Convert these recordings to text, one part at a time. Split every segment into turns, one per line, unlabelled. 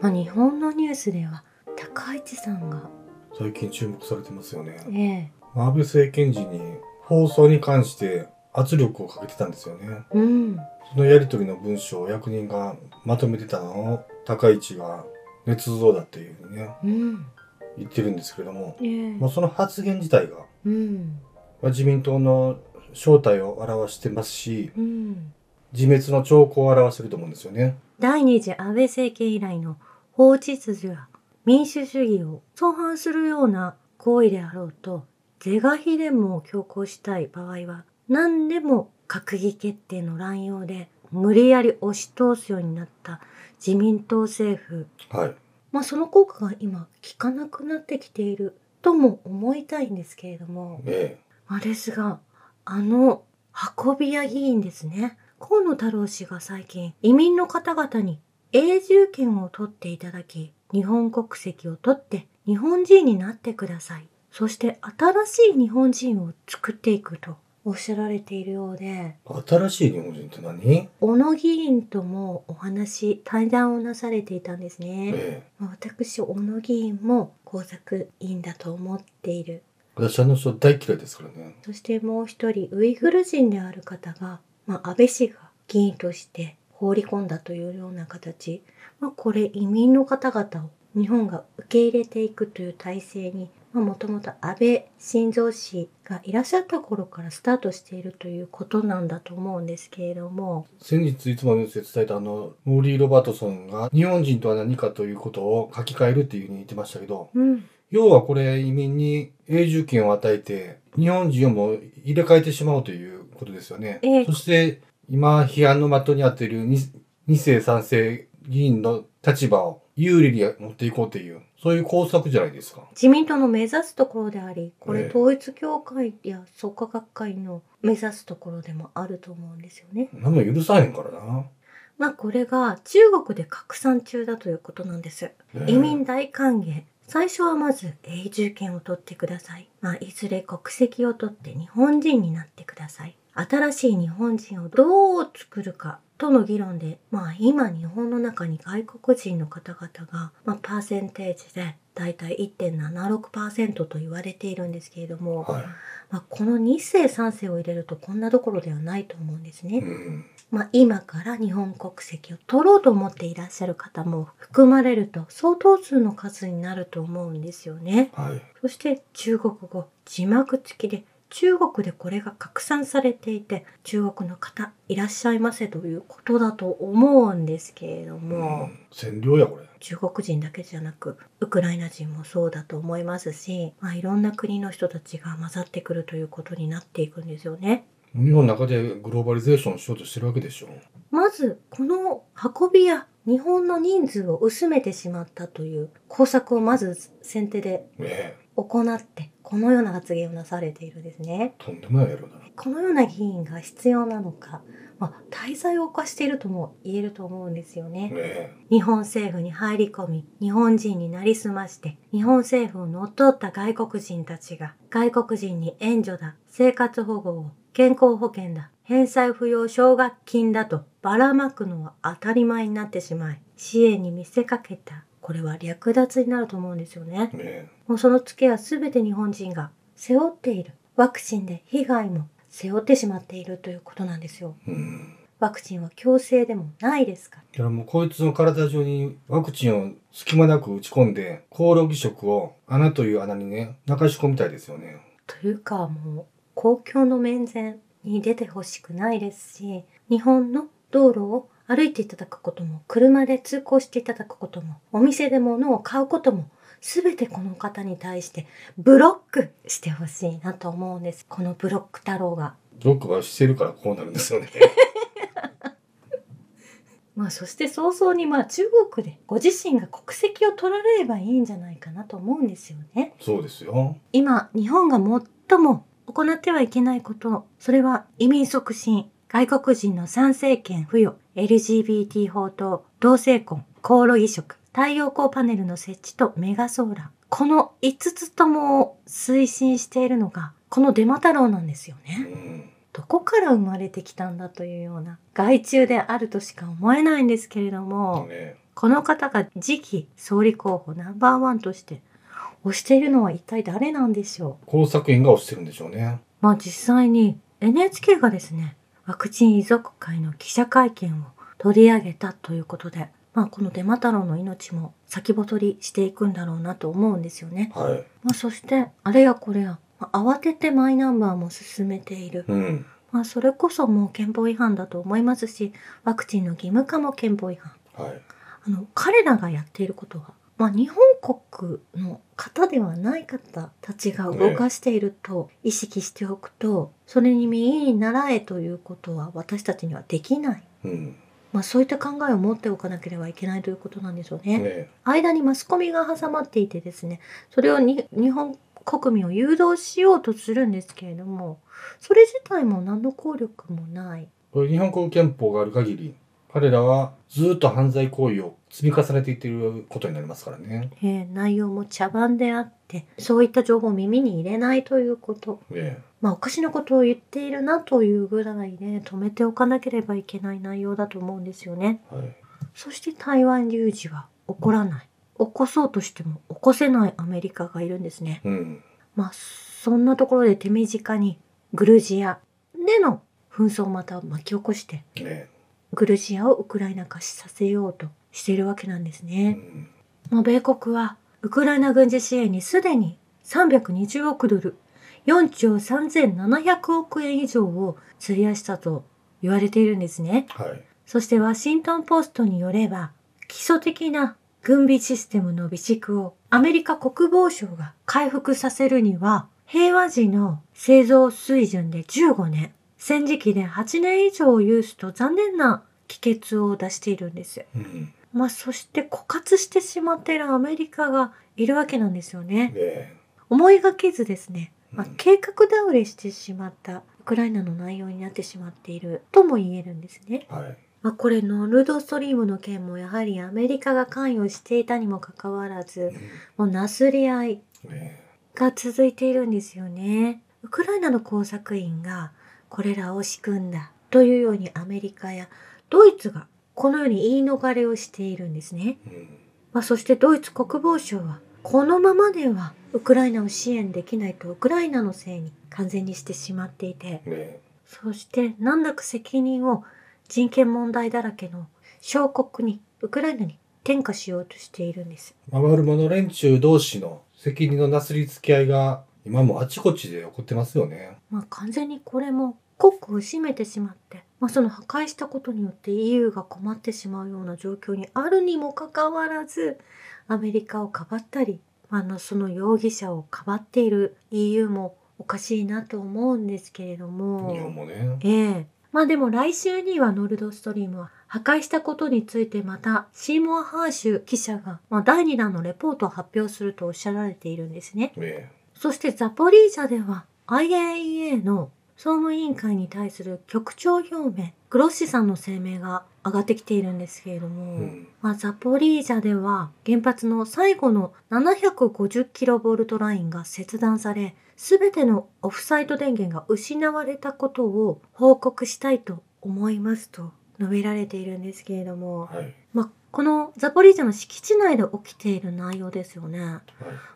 まあ、日本のニュースでは高市さんが、
最近注目されてますよね。
ええ
安倍政権時に放送に関して圧力をかけてたんですよね。
うん、
そのやりとりの文章を役人がまとめてたのを高市が捏造だっていうふうにね、
うん、
言ってるんですけれども、
ええ
まあ、その発言自体が
うん、
まあ自民党の正体を表してますし、
うん。
自滅の兆候を表してると思うんですよね。
第二次安倍政権以来の法秩序や民主主義を相反するような行為であろうと、是が非でも強行したい場合は、何でも閣議決定の乱用で無理やり押し通すようになった自民党政府。
はい。
まあその効果が今効かなくなってきているとも思いたいんですけれども。
え
まあ、ですがあの運び屋議員ですね河野太郎氏が最近移民の方々に永住権を取っていただき日本国籍を取って日本人になってくださいそして新しい日本人を作っていくとおっしゃられているようで
え。新しい日本人って何
小野議員ともお話対談をなされていたんですね、
ええ。
まあ私小野議員も工作委員だと思っている
私あの人大嫌いですからね。
そしてもう一人ウイグル人である方が、まあ、安倍氏が議員として放り込んだというような形、まあ、これ移民の方々を日本が受け入れていくという体制にもともと安倍晋三氏がいらっしゃった頃からスタートしているということなんだと思うんですけれども、
先日いつもニュースで伝えたあの、モーリー・ロバートソンが日本人とは何かということを書き換えるっていうふうに言ってましたけど、
うん、
要はこれ移民に永住権を与えて、日本人をもう入れ替えてしまうということですよね。
ええ
そして今批判の的に当てる 2, 二世三世議員の立場を有利に持っていこうという、そういう工作じゃないですか。
自民党の目指すところでありこ
え
れ
え
統一教会や創価学会の目指すところでもあると思うんですよね。
何も許さへんからな。
まあこれが中国で拡散中だということなんです。
ねえ
移民大歓迎。最初はまず永住権を取ってください。まあいずれ国籍を取って日本人になってください。新しい日本人をどう作るかとの議論で、まあ今日本の中に外国人の方々が、まあパーセンテージでだいたい1.76%と言われているんですけれども、
は
まあこの2世3世を入れるとこんなどころではないと思うんですね。
い。うん。
まあ、今から日本国籍を取ろうと思っていらっしゃる方も含まれると相当数の数になると思うんですよね。
はい。
そして中国語字幕付きで中国でこれが拡散されていて中国の方いらっしゃいませということだと思うんですけれども、
うん占領やこれ。
中国人だけじゃなくウクライナ人もそうだと思いますし、まあ、いろんな国の人たちが混ざってくるということになっていくんですよね。
日本の中でグローバリゼーションしようとしてるわけでしょ。
まずこの運び屋日本の人数を薄めてしまったという工作をまず先手で
ねえ。
行ってこのような発言をなされているんですね。
とんでもないやろだな。
このような議員が必要なのか、まあ、滞在を犯しているとも言えると思うんですよね。
ねえ。
日本政府に入り込み日本人になりすまして日本政府を乗っ取った外国人たちが外国人に援助だ生活保護を健康保険だ返済不要奨学金だとばらまくのは当たり前になってしまい支援に見せかけたこれは略奪になると思うんですよね
ねえ。
もうそのツケは全て日本人が背負っているワクチンで被害も背負ってしまっているということなんですよ
うん。
ワクチンは強制でもないですから
いやもうこいつの体中にワクチンを隙間なく打ち込んで、コオロギ食を穴という穴にね、流し込みたいですよね。
というかもう公共の面前に出てほしくないですし日本の道路を歩いていただくことも車で通行していただくこともお店で物を買うことも全てこの方に対してブロックしてほしいなと思うんですこのブロック太郎が。
ブロックはしてるからこうなるんですよね。
まあ、そして早々にまあ中国でご自身が国籍を取られればいいんじゃないかなと思うんですよね。
そうですよ。
今日本が最も行ってはいけないことそれは移民促進外国人の参政権付与 LGBT 法と同性婚コオロギ食太陽光パネルの設置とメガソーラーこの5つともを推進しているのがこのデマ太郎なんですよ
う
ね
ん。
どこから生まれてきたんだというような害虫であるとしか思えないんですけれども
ね
この方が次期総理候補ナンバーワンとして推しているのは一体誰なんでしょう
この作品が推してるんでしょうね。
まあ実際に NHK がですね、ワクチン遺族会の記者会見を取り上げたということで、まあこのデマ太郎の命も先細りしていくんだろうなと思うんですよね。
はい。
まあそして、あれやこれや、まあ慌ててマイナンバーも進めている。
うん。
まあそれこそもう憲法違反だと思いますし、ワクチンの義務化も憲法違反。
はい。
あの彼らがやっていることは、まあ、日本国の方ではない方たちが動かしていると意識しておくと、それに右に習えということは私たちにはできない、
うん。
まあ、そういった考えを持っておかなければいけないということなんでしょうね。
ね
間にマスコミが挟まっていてですねそれをに日本国民を誘導しようとするんですけれどもそれ自体も何の効力もない。
これ日本国憲法がある限り、彼らはずっと犯罪行為を積み重ねていっていることになりますからね。
えー内容も茶番であってそういった情報を耳に入れないということ
ね
まあおかしなことを言っているなというぐらいで、止めておかなければいけない内容だと思うんですよね
はい。
そして台湾有事は起こらない起こそうとしても起こせないアメリカがいるんですね
うん。
まあそんなところで手短にグルジアでの紛争をまた巻き起こして
ね
グルジアをウクライナ化させようとしているわけなんですね、
うん。
まあ、米国はウクライナ軍事支援にすでに320億ドル4兆3700億円以上を費やしたと言われているんですね。
はい。
そしてワシントンポストによれば基礎的な軍備システムの備蓄をアメリカ国防省が回復させるには平和時の製造水準で15年戦時期で8年以上を有すと残念な帰結を出しているんです。
うん。
まあ、そして枯渇してしまっているアメリカがいるわけなんですよね。
ね
思いがけずですね、まあ
うん、
計画倒れしてしまったウクライナの内容になってしまっているとも言えるんですね。
はい。
まあ、これノルドストリームの件もやはりアメリカが関与していたにもかかわらず、もうなすり合い
ね
が続いているんですよね。ウクライナの工作員がこれらを仕組んだというようにアメリカやドイツがこのように言い逃れをしているんですね。
うん。
まあ、そしてドイツ国防省はこのままではウクライナを支援できないとウクライナのせいに完全にしてしまっていて
ね
そして難なく責任を人権問題だらけの小国にウクライナに転嫁しようとしているんです。
回る者連中同士の責任のなすりつき合いが今もあちこちで起こってますよね。
まあ、完全にこれも国庫を占めてしまって、まあ、その破壊したことによって EU が困ってしまうような状況にあるにもかかわらずアメリカをかばったり、まあ、あのその容疑者をかばっている EU もおかしいなと思うんですけれど
日本
も、
もね。
ええまあでも来週にはノルドストリームは破壊したことについてまたシーモア・ハーシュ記者が、まあ、第2弾のレポートを発表するとおっしゃられているんですね。
ね
そしてザポリージャでは IAEA の総務委員会に対する局長表明、グロッシさんの声明が上がってきているんですけれども、
うん。
まあ、ザポリージャでは原発の最後の 750kV ラインが切断され、すべてのオフサイト電源が失われたことを報告したいと思いますと述べられているんですけれども、
はい。はい。
まあ、このザポリージャの敷地内で起きている内容ですよね。ま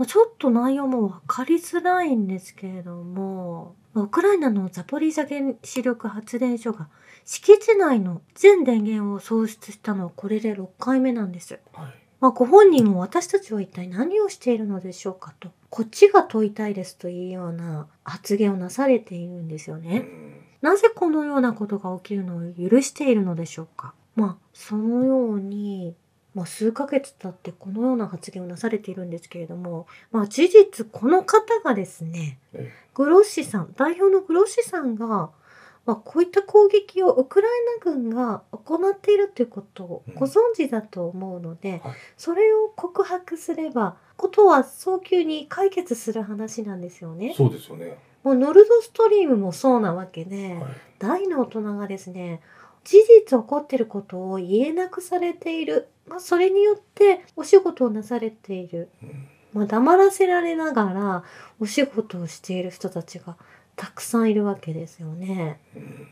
あ、ちょっと内容も分かりづらいんですけれども、まあウクライナのザポリージャ原子力発電所が敷地内の全電源を喪失したのはこれで6回目なんです。
はい。
まあ、ご本人も私たちは一体何をしているのでしょうかと、こっちが問いたいですというような発言をなされているんですよね。
うん
なぜこのようなことが起きるのを許しているのでしょうかまあそのように、まあ、数ヶ月経ってこのような発言をなされているんですけれども、まあ、事実この方がですね
ええ
グロッシさん代表のグロッシさんが、まあ、こういった攻撃をウクライナ軍が行っているということを
うん
ご存知だと思うので、
はい
それを告白すればことは早急に解決する話なんですよね。
そうですよね。
もうノルドストリームもそうなわけで、
はい。
大の大人がですね事実起こっていることを言えなくされている、まあ、それによってお仕事をなされている、
うん
まあ、黙らせられながらお仕事をしている人たちがたくさんいるわけですよね。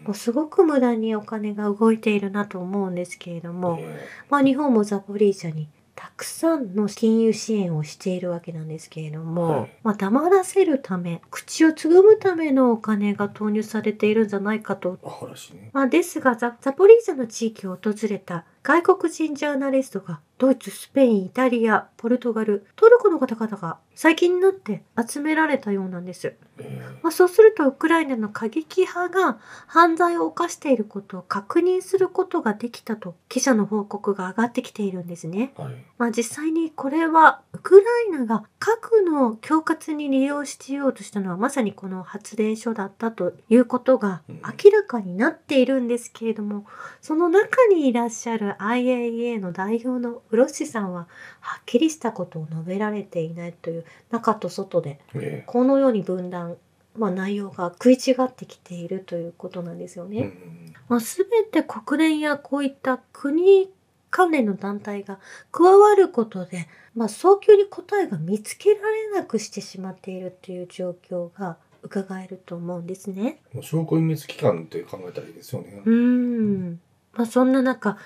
もうすごく無駄にお金が動いているなと思うんですけれども、
え
まあ、日本もザポリージャにたくさんの金融支援をしているわけなんですけれども、
はい
まあ、黙らせるため口をつぐむためのお金が投入されているんじゃないかと。
ー嵐ね。
まあ、ですがザザポリージャの地域を訪れた外国人ジャーナリストがドイツスペインイタリアポルトガルトルコの方々が最近になって集められたようなんです。
えー
まあ、そうするとウクライナの過激派が犯罪を犯していることを確認することができたと記者の報告が上がってきているんですね。
はい。
まあ、実際にこれはウクライナが核の恐喝に利用しようとしたのはまさにこの発電所だったということが明らかになっているんですけれどもその中にいらっしゃる IAEA の代表のウロッシさんははっきりしたことを述べられていないという中と外で
え
このように分断、まあ、内容が食い違ってきているということなんですよ
ーう
ね。
ん
まあ、全て国連やこういった国関連の団体が加わることで、まあ、早急に答えが見つけられなくしてしまっているという状況が伺えると思うんですね。
もう証拠隠滅期間って考えたらいいですよね。
うーん。まあ、そんな中、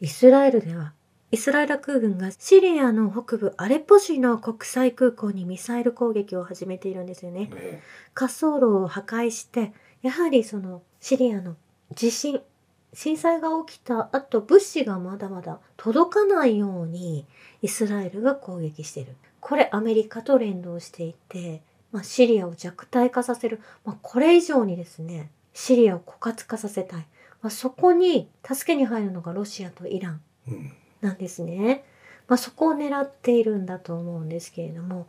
イスラエルでは、イスラエル空軍がシリアの北部アレッポ市の国際空港にミサイル攻撃を始めているんですよね。
え
滑走路を破壊して、やはりそのシリアの地震、震災が起きた後、物資がまだまだ届かないようにイスラエルが攻撃している。これアメリカと連動していて、まあ、シリアを弱体化させる。まあ、これ以上にですね、シリアを枯渇化させたい。まあ、そこに助けに入るのがロシアとイラン。
えうん。
なんですね。まあ、そこを狙っているんだと思うんですけれども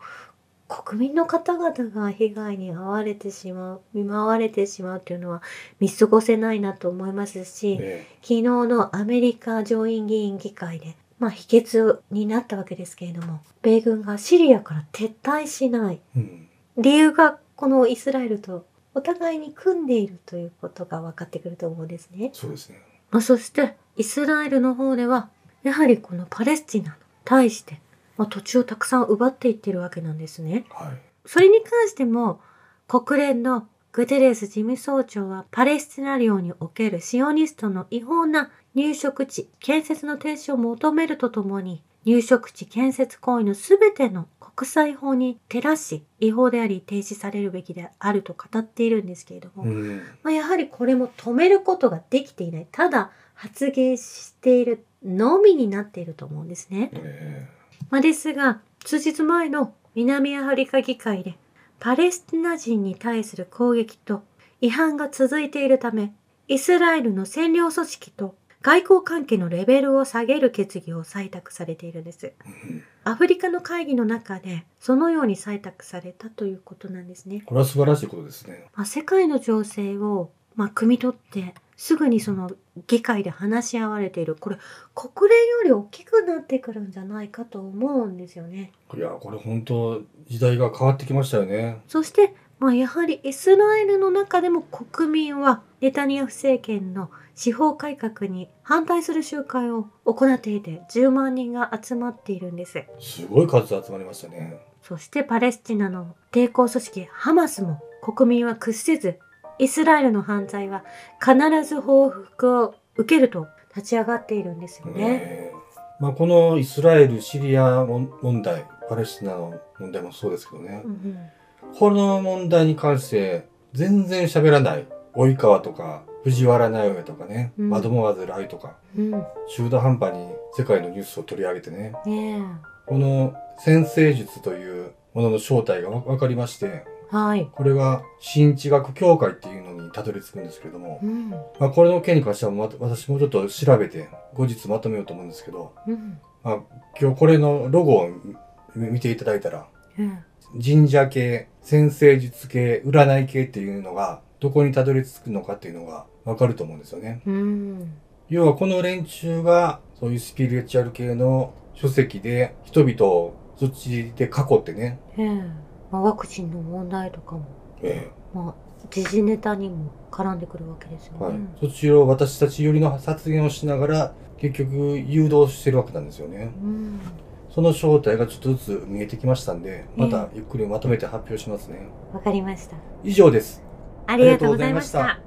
国民の方々が被害に遭われてしまう見舞われてしまうというのは見過ごせないなと思いますし
え
昨日のアメリカ上院議員議会で、まあ、否決になったわけですけれども米軍がシリアから撤退しない
えうん。
理由がこのイスラエルとお互いに組んでいるということが分かってくると思うんですね。
そうですね。
まあ、そしてイスラエルの方ではやはりこのパレスチナに対して、まあ、土地をたくさん奪っていってるわけなんですね。
はい。
それに関しても国連のグテレス事務総長はパレスチナ領におけるシオニストの違法な入植地建設の停止を求めるとともに入植地建設行為の全ての国際法に照らし違法であり停止されるべきであると語っているんですけれども、
うん。
まあ、やはりこれも止めることができていない。ただ発言しているのみになっていると思うんですね。
え
まあ、ですが、数日前の南アフリカ議会でパレスチナ人に対する攻撃と違反が続いているため、イスラエルの占領組織と外交関係のレベルを下げる決議を採択されているんです。
えうん
アフリカの会議の中でそのように採択されたということなんですね。
これは素晴らしいことですね。
まあ、世界の情勢を、まあ、汲み取ってすぐにその議会で話し合われているこれ国連より大きくなってくるんじゃないかと思うんですよね。
いや、これ本当、時代が変わってきましたよね。
そして、まあ、やはりイスラエルの中でも国民はネタニヤフ政権の司法改革に反対する集会を行っていて10万人が集まっているんです。
すごい数集まりましたね。
そしてパレスチナの抵抗組織ハマスも国民は屈せず、イスラエルの犯罪は必ず報復を受けると立ち上がっているんですよね。
ええまあ、このイスラエル、シリア問問題、パレスチナの問題もそうですけどね
う。ん
この問題に関して、全然喋らない。及川とか、藤原直哉とかね、
うん
マドモアゼル愛とか、
うん。うん。
中途半端に世界のニュースを取り上げてね、
ね
この先生術というものの正体がわ分かりまして、
え。はい。
これは新知学協会っていうのにたどり着くんですけれども
う、ん。
まあ、これの件に関してはまた私もちょっと調べて後日まとめようと思うんですけど、
うん。
今日これのロゴを見見ていただいたら、
うん。
神社系、先生術系、占い系っていうのがどこにたどり着くのかっていうのがわかると思うんですよね。
うん。
要はこの連中がそういうスピリチュアル系の書籍で人々をそっちで囲ってね、
ええ。まあ、ワクチンの問題とかも、
え
まあ、時事ネタにも絡んでくるわけですよ
え
ね。
はいそっちを私たち寄りの発言をしながら結局誘導してるわけなんですよね。
うん。
その正体がちょっとずつ見えてきましたんで、またゆっくりまとめて発表しますね。
わかりました。
以上です。
ありがとうございました。